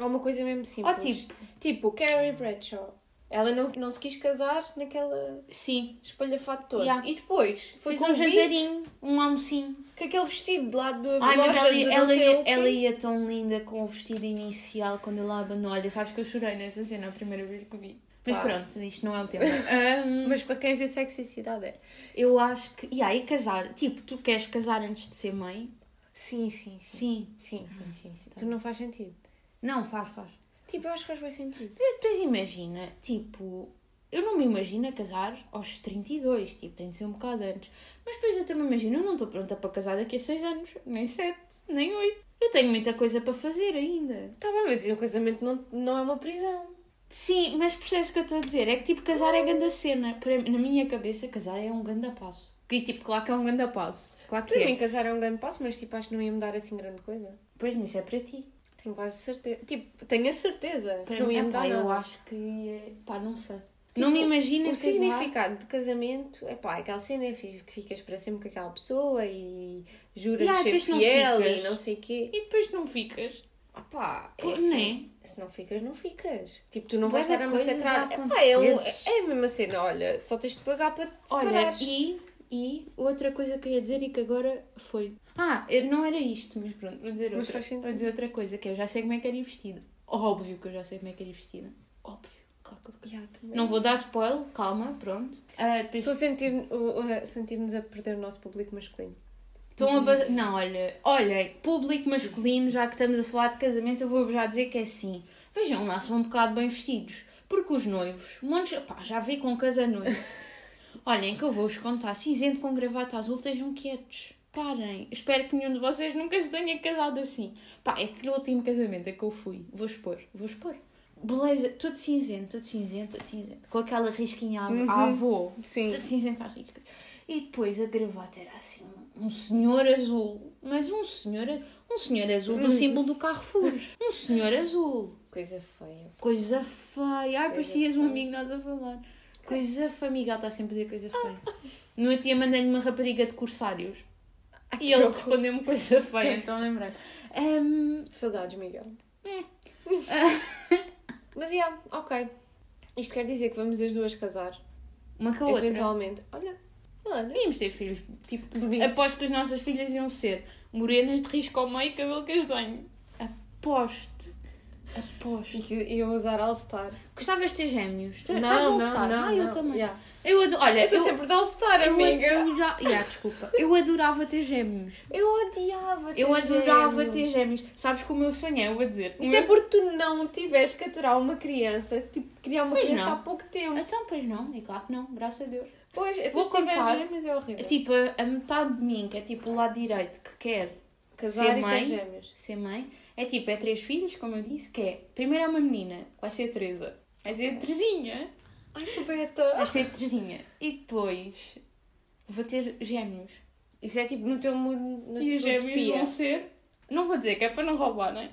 S2: Ou uma coisa mesmo simples.
S3: Ou tipo,
S2: Tipo, Carrie Bradshaw. Ela não, não se quis casar naquela
S3: sim,
S2: espalhafate toda.
S3: Yeah.
S2: E depois foi
S3: fiz
S2: com
S3: um
S2: um jantarinho
S3: jantarinho, um almocinho.
S2: com aquele vestido de lado do
S3: Ai, mas ela, ia- ela, ia, ela
S2: ia...
S3: ia tão linda com o vestido inicial quando ela abandonou. Olha, sabes que eu chorei nessa cena a primeira vez que vi. Mas
S2: Pá.
S3: pronto, isto não é
S2: (laughs)
S3: o tema. Ahm,
S2: Mas para quem vê sexicidade é.
S3: eu acho que. Yeah, e casar? Tipo, tu queres casar antes de ser mãe?
S2: Sim, sim, sim.
S3: Sim.
S2: Sim, sim, sim. sim. Tu não faz sentido.
S3: Não, faz, faz.
S2: Tipo, eu acho que faz bem sentido.
S3: E depois imagina, tipo, eu não me imagino a casar aos 32, tipo, tem de ser um bocado antes. Mas depois eu também imagino, eu não estou pronta para casar daqui a 6 anos, nem 7, nem 8. Eu tenho muita coisa para fazer ainda.
S2: Tá bem, mas um casamento não, não é uma prisão.
S3: Sim, mas percebes o que eu estou a dizer? É que tipo, casar é ganda cena. Para- Na minha cabeça, casar é um ganda passo. E tipo, claro que é um ganda passo. Claro que
S2: Para
S3: é.
S2: mim, casar é um grande passo, mas tipo, acho que não ia mudar assim grande coisa.
S3: Pois, mas isso é para ti.
S2: Tenho quase certeza. Tipo, tenho a certeza.
S3: Para
S2: não
S3: mim,
S2: ia
S3: é,
S2: mudar
S3: pá, eu
S2: nada.
S3: acho que é... Pá, não sei.
S2: Tipo,
S3: não me imagina
S2: O
S3: casar...
S2: significado de casamento é pá, aquela cena é fi- que ficas para sempre com aquela pessoa e juras
S3: E, ah,
S2: ser
S3: depois não
S2: fiel
S3: ficas.
S2: e não sei o quê.
S3: E depois não ficas.
S2: Ah, pá, é
S3: Pô,
S2: assim. Se não ficas, não ficas. Tipo, tu não
S3: Bué
S2: vais estar
S3: da
S2: a
S3: coisas
S2: massacrar.
S3: a
S2: É, pá, é, um-
S3: acontecer.
S2: é a mesma cena, olha, só tens de pagar para te
S3: Olha,
S2: separares.
S3: e, e outra coisa que eu queria dizer e que agora foi... Ah, eu- não era isto, mas pronto, vou dizer
S2: Mas
S3: outra.
S2: faz sentido.
S3: Vou dizer outra coisa, que eu já sei como é que era ir vestida. Óbvio que eu já sei como é que era ir vestida. Óbvio, claro que eu
S2: Yeah, também.
S3: Não vou dar spoiler, calma, pronto. Ah, depois-
S2: Estou a sentir- o- a sentir-nos a perder o nosso público masculino.
S3: Estão Então, a base... Não, olha, olhem, público masculino, já que estamos a falar de casamento, eu vou-vos já dizer que é sim. Vejam lá se vão um bocado bem vestidos. Porque os noivos, montes, pá, já vi com cada noivo. Olhem, que eu vou-vos contar, cinzento com gravata azul, estejam quietos. Parem, espero que nenhum de vocês nunca se tenha casado assim. Pá, é que no último casamento a que eu fui, vou expor, vou expor. Beleza, tudo cinzento, tudo cinzento, tudo cinzento. Com aquela risquinha à, à avô.
S2: Sim.
S3: Tudo cinzento à risca. E depois a gravata era assim, um senhor azul. Mas um senhor, um senhor azul
S2: Hum.
S3: do símbolo do Carrefour. Um senhor azul.
S2: Coisa feia.
S3: Coisa feia. Ai, parecias um
S2: feia.
S3: amigo nós a falar. Coisa feia. Miguel está sempre a dizer coisa feia. No outro dia mandei-lhe uma rapariga de corsários. E ele respondeu-me coisa feia, então lembrei. Hum,
S2: Saudades, Miguel.
S3: É.
S2: (laughs) Mas, yeah, ok. Isto quer dizer que vamos as duas casar.
S3: uma com a outra.
S2: Eventualmente. Olha, olha.
S3: Íamos ter filhos. Tipo,
S2: Bonitos.
S3: aposto que as nossas filhas iam ser morenas de risco ao meio e cabelo castanho. Aposto. Aposto.
S2: E que eu vou usar All-Star.
S3: Gostavas de ter gêmeos? Tu-
S2: Tá, Não,
S3: estás a
S2: não,
S3: All-Star?
S2: não,
S3: Ah, eu
S2: não.
S3: também.
S2: Yeah.
S3: Eu adoro... Olha,
S2: Eu estou sempre de All-Star,
S3: eu
S2: amiga.
S3: adora- Yeah, desculpa. Eu adorava ter gêmeos.
S2: Eu odiava ter
S3: Eu adorava
S2: gêmeo.
S3: ter gêmeos. Sabes que o meu sonho é, eu vou dizer. o
S2: Isso
S3: meu-
S2: é porque tu não tiveste que aturar uma criança, tipo, de criar uma
S3: Pois
S2: criança
S3: não.
S2: há pouco tempo.
S3: Então, pois é não. E claro que não. Graças a Deus.
S2: Pois, até
S3: Vou
S2: se tiver
S3: contar.
S2: gêmeos é
S3: É
S2: horrível.
S3: tipo a, a metade de mim, que é tipo o lado direito, que quer
S2: Casar
S3: ser
S2: e ter
S3: mãe.
S2: gêmeos.
S3: ser mãe, é tipo, é três filhos, como eu disse, que é, primeiro é uma menina, vai ser a Teresa, vai ser a Teresinha,
S2: Ai, que beta.
S3: vai ser a Teresinha, e depois vou ter gêmeos.
S2: Isso é tipo no teu mundo, na
S3: e os
S2: tua
S3: gêmeos
S2: utopia.
S3: vão ser, não vou dizer que é para não roubar, não é?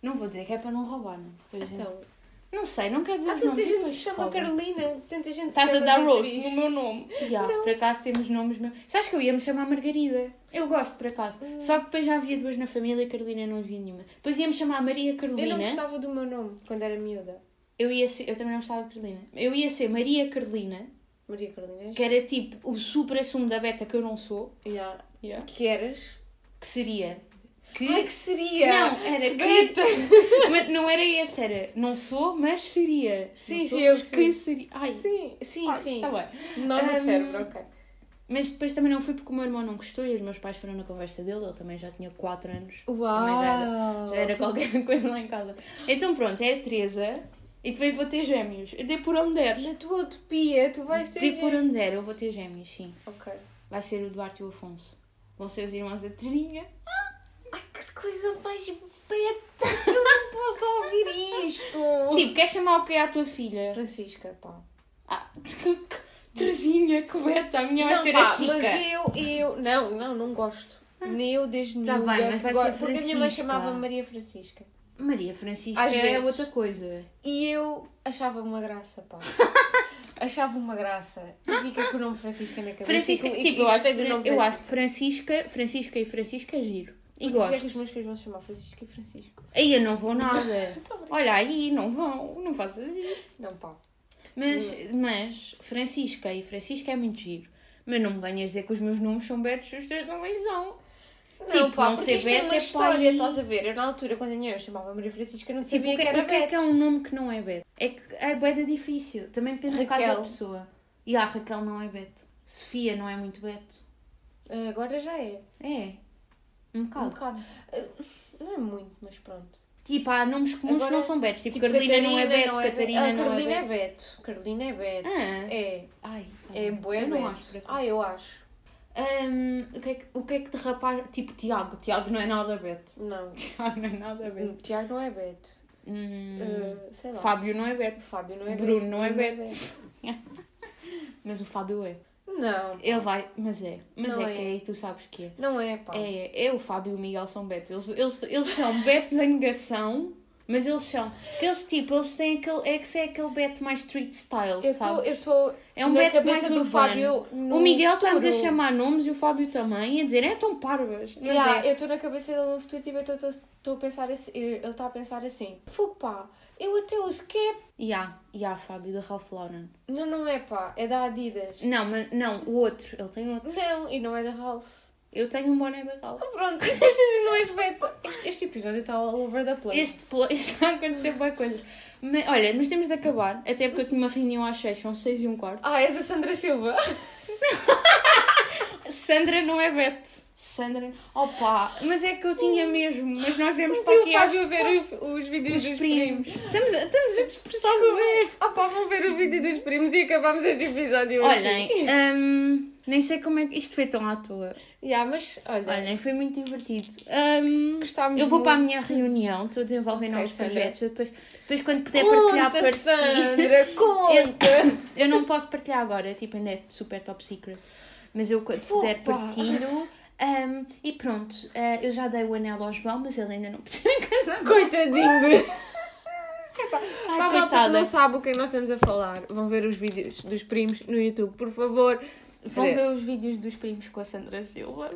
S3: Não vou dizer que é para não roubar, não. Por exemplo.
S2: Então,
S3: Não sei, Uhum. não quer dizer
S2: há
S3: os nomes,
S2: tanta gente que
S3: depois
S2: se chama
S3: roubam.
S2: Carolina, tanta gente
S3: Estás a
S2: chama
S3: dar roast
S2: Beatriz.
S3: no meu nome. Ya, por acaso temos nomes meus. Sabes que eu ia-me chamar Margarida. Eu gosto, por acaso. Só que depois já havia duas na família e Carolina não havia nenhuma. Depois ia-me chamar Maria Carolina.
S2: Eu não gostava do meu nome quando era miúda.
S3: Eu ia ser, eu também não gostava de Carolina. Eu ia ser Maria Carolina,
S2: Maria Carolina.
S3: que era tipo o super assumo da beta que eu não sou.
S2: Yeah. Que eras?
S3: Que seria. Que.
S2: Ai, que seria?
S3: Não, era que.
S2: Greta.
S3: (laughs) mas não era esse, era não sou, mas seria. Não
S2: Sim,
S3: sou,
S2: sim, eu
S3: mas Que
S2: sei.
S3: seria. Ai,
S2: Sim, sim,
S3: ai,
S2: sim.
S3: Tá bem.
S2: Não no
S3: Ahm,
S2: cérebro, ok.
S3: Mas depois também não fui porque o meu irmão não gostou e os meus pais foram na conversa dele. Ele também já tinha 4 anos. Também já era- (laughs) Já era qualquer coisa lá em casa. Então pronto, é a Teresa e depois vou ter gêmeos. Dê por onde der.
S2: Na tua utopia, tu vais ter.
S3: Dê por
S2: gente.
S3: onde der, eu vou ter gêmeos, sim.
S2: Ok.
S3: Vai ser o Duarte e o Afonso. Vão ser os irmãos da Teresinha.
S2: Ai, que coisa mais beta! Eu não posso ouvir isto!
S3: Tipo, queres chamar o que à tua filha?
S2: Francisca, pá.
S3: Ah, que- que- Teresinha, que beta, a minha vai
S2: não,
S3: ser
S2: pá,
S3: a Chica.
S2: Mas é- eu, eu. Não, não, não gosto. Nem eu desde
S3: Tá
S2: miúda
S3: bem, mas
S2: que
S3: vai
S2: gosto-
S3: ser
S2: Porque a minha mãe
S3: Francisca.
S2: chamava Maria Francisca.
S3: Maria Francisca
S2: Às
S3: é
S2: vezes.
S3: outra coisa.
S2: E eu achava uma graça,
S3: (laughs)
S2: pá. achava uma graça. E fica com o nome Francisca na cabeça.
S3: Francisca,
S2: E com- e- e
S3: tipo, eu acho,
S2: gostei
S3: que-
S2: é do nome
S3: eu acho
S2: Francisca.
S3: que Francisca, Francisca e Francisca é giro. E
S2: Por isso é que os
S3: gosto.
S2: meus filhos vão chamar Francisca e Francisco.
S3: Aí eu não vou nada. Olha aí, não vão, não faças isso.
S2: Não, pá.
S3: Mas, mas, Francisca e Francisca é muito giro. Mas não me venhas dizer que os meus nomes são betos, os teus também são.
S2: Não,
S3: Tipo,
S2: pá,
S3: não
S2: porque
S3: ser
S2: isto é
S3: Beta
S2: uma
S3: é
S2: história,
S3: pai.
S2: estás a ver? Eu na altura, quando a minha mãe chamava Maria Francisca, eu não
S3: Tipo,
S2: sabia
S3: o que,
S2: que era
S3: o que é
S2: Beta.
S3: que é um nome que não é Beto? É que é Beto é difícil. Também depende um bocado da
S2: Raquel.
S3: pessoa. E a Raquel não é Beto. Sofia não é muito Beto.
S2: Agora já é.
S3: Ah, É. Um bocado.
S2: Um bocado. Ah, Não é muito, mas pronto.
S3: Tipo, há nomes comuns que
S2: Agora-
S3: não são Betos. Tipo, Carolina não é Beto, Catarina
S2: Ah,
S3: não
S2: Carolina
S3: é
S2: é
S3: Beto.
S2: Beto. Carolina é Beto.
S3: Ah.
S2: É.
S3: Ai, tá
S2: É
S3: bem.
S2: boa
S3: Eu
S2: Beto.
S3: não acho. por acaso.
S2: Ah, eu acho.
S3: Hum, o, que é que, o que é que de rapaz. Tipo, Tiago. Tiago não é nada Beto. (laughs)
S2: Não.
S3: Tiago não é nada Beto.
S2: Tiago não é Beto.
S3: Hum,
S2: Ah, sei lá.
S3: Fábio não é Beto.
S2: Fábio não é Beto.
S3: Bruno não é
S2: Bruno
S3: Beto. Mas o Fábio é.
S2: Não.
S3: Ele vai. Mas é. Mas
S2: Não
S3: é,
S2: é.
S3: que é e tu sabes que é.
S2: Não é, pá.
S3: É, é o Fábio e o Miguel são betos. Eles, eles, eles são betos em negação, mas eles são. Aqueles tipo, eles têm aquele. É que se é aquele beto mais street
S2: Eu
S3: style,
S2: estou.
S3: sabes?
S2: Eu tô
S3: é um
S2: na
S3: beto mais
S2: cabeça do
S3: urbano.
S2: Fábio. no
S3: o Miguel está-nos a
S2: futuro.
S3: chamar nomes e o Fábio também, a dizer, é tão parvas. Mas
S2: Yeah,
S3: é.
S2: Eu estou na cabeça dele no futuro tipo, eu estou a pensar assim. Ele está a pensar assim. Fogo, pá. Eu até uso cap.
S3: E há, e há Fábio da Ralph Lauren.
S2: Não, não é, pá. É da Adidas.
S3: Não, mas não, o outro, ele tem outro.
S2: Não, e não é da Ralph.
S3: Eu tenho um boné da Ralph.
S2: Pronto, (laughs) é estas dizes não és beta. Este, este episódio está all over the place.
S3: Este pla- (laughs) isto está a acontecer boa coisa. Mas, olha, mas temos de acabar, até porque eu tinha uma reunião às 6, são 6 e um quarto.
S2: Ah, és a Sandra Silva.
S3: Sandra não é Bete. Sandra. Opa, mas é que eu tinha mesmo. Mas nós vemos para
S2: Tio
S3: aqui aos
S2: Fábio a ver o- os vídeos
S3: os
S2: dos
S3: Um primos.
S2: primos.
S3: Estamos, a- estamos a dispersar
S2: Desculpa.
S3: bem.
S2: Ah pá, vão ver o vídeo dos primos e acabámos este episódio assim.
S3: Olhem, hum, nem sei como é que isto foi tão à toa.
S2: Já, mas olha,
S3: Olhem, foi muito divertido. Hum,
S2: gostámos
S3: eu vou para a
S2: muito.
S3: minha reunião, estou a desenvolver
S2: Ok,
S3: novos
S2: Sandra.
S3: projetos. Eu depois, depois, quando puder partilhar,
S2: Conta,
S3: partilho.
S2: Sandra, conta.
S3: (laughs) Eu não posso partilhar agora, tipo, ainda é super top secret. Mas eu quando
S2: Fogo,
S3: puder
S2: pá.
S3: partilho. Hum, e pronto, ah, eu já dei o anel ao João, mas ele ainda não pediu em casamento.
S2: Coitadinho de...
S3: Ai,
S2: Para a malta que
S3: coitada.
S2: não sabe o que é que nós estamos a falar, vão ver os vídeos dos primos no YouTube, por favor.
S3: Vão ver os vídeos dos primos com a Sandra Silva.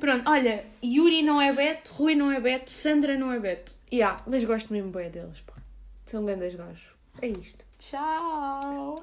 S3: Pronto, olha, Yuri não é Beto, Rui não é Beto, Sandra não é Beto.
S2: Ya, mas gosto mesmo bem deles, pá. São grandes gajos. É isto.
S3: Tchau!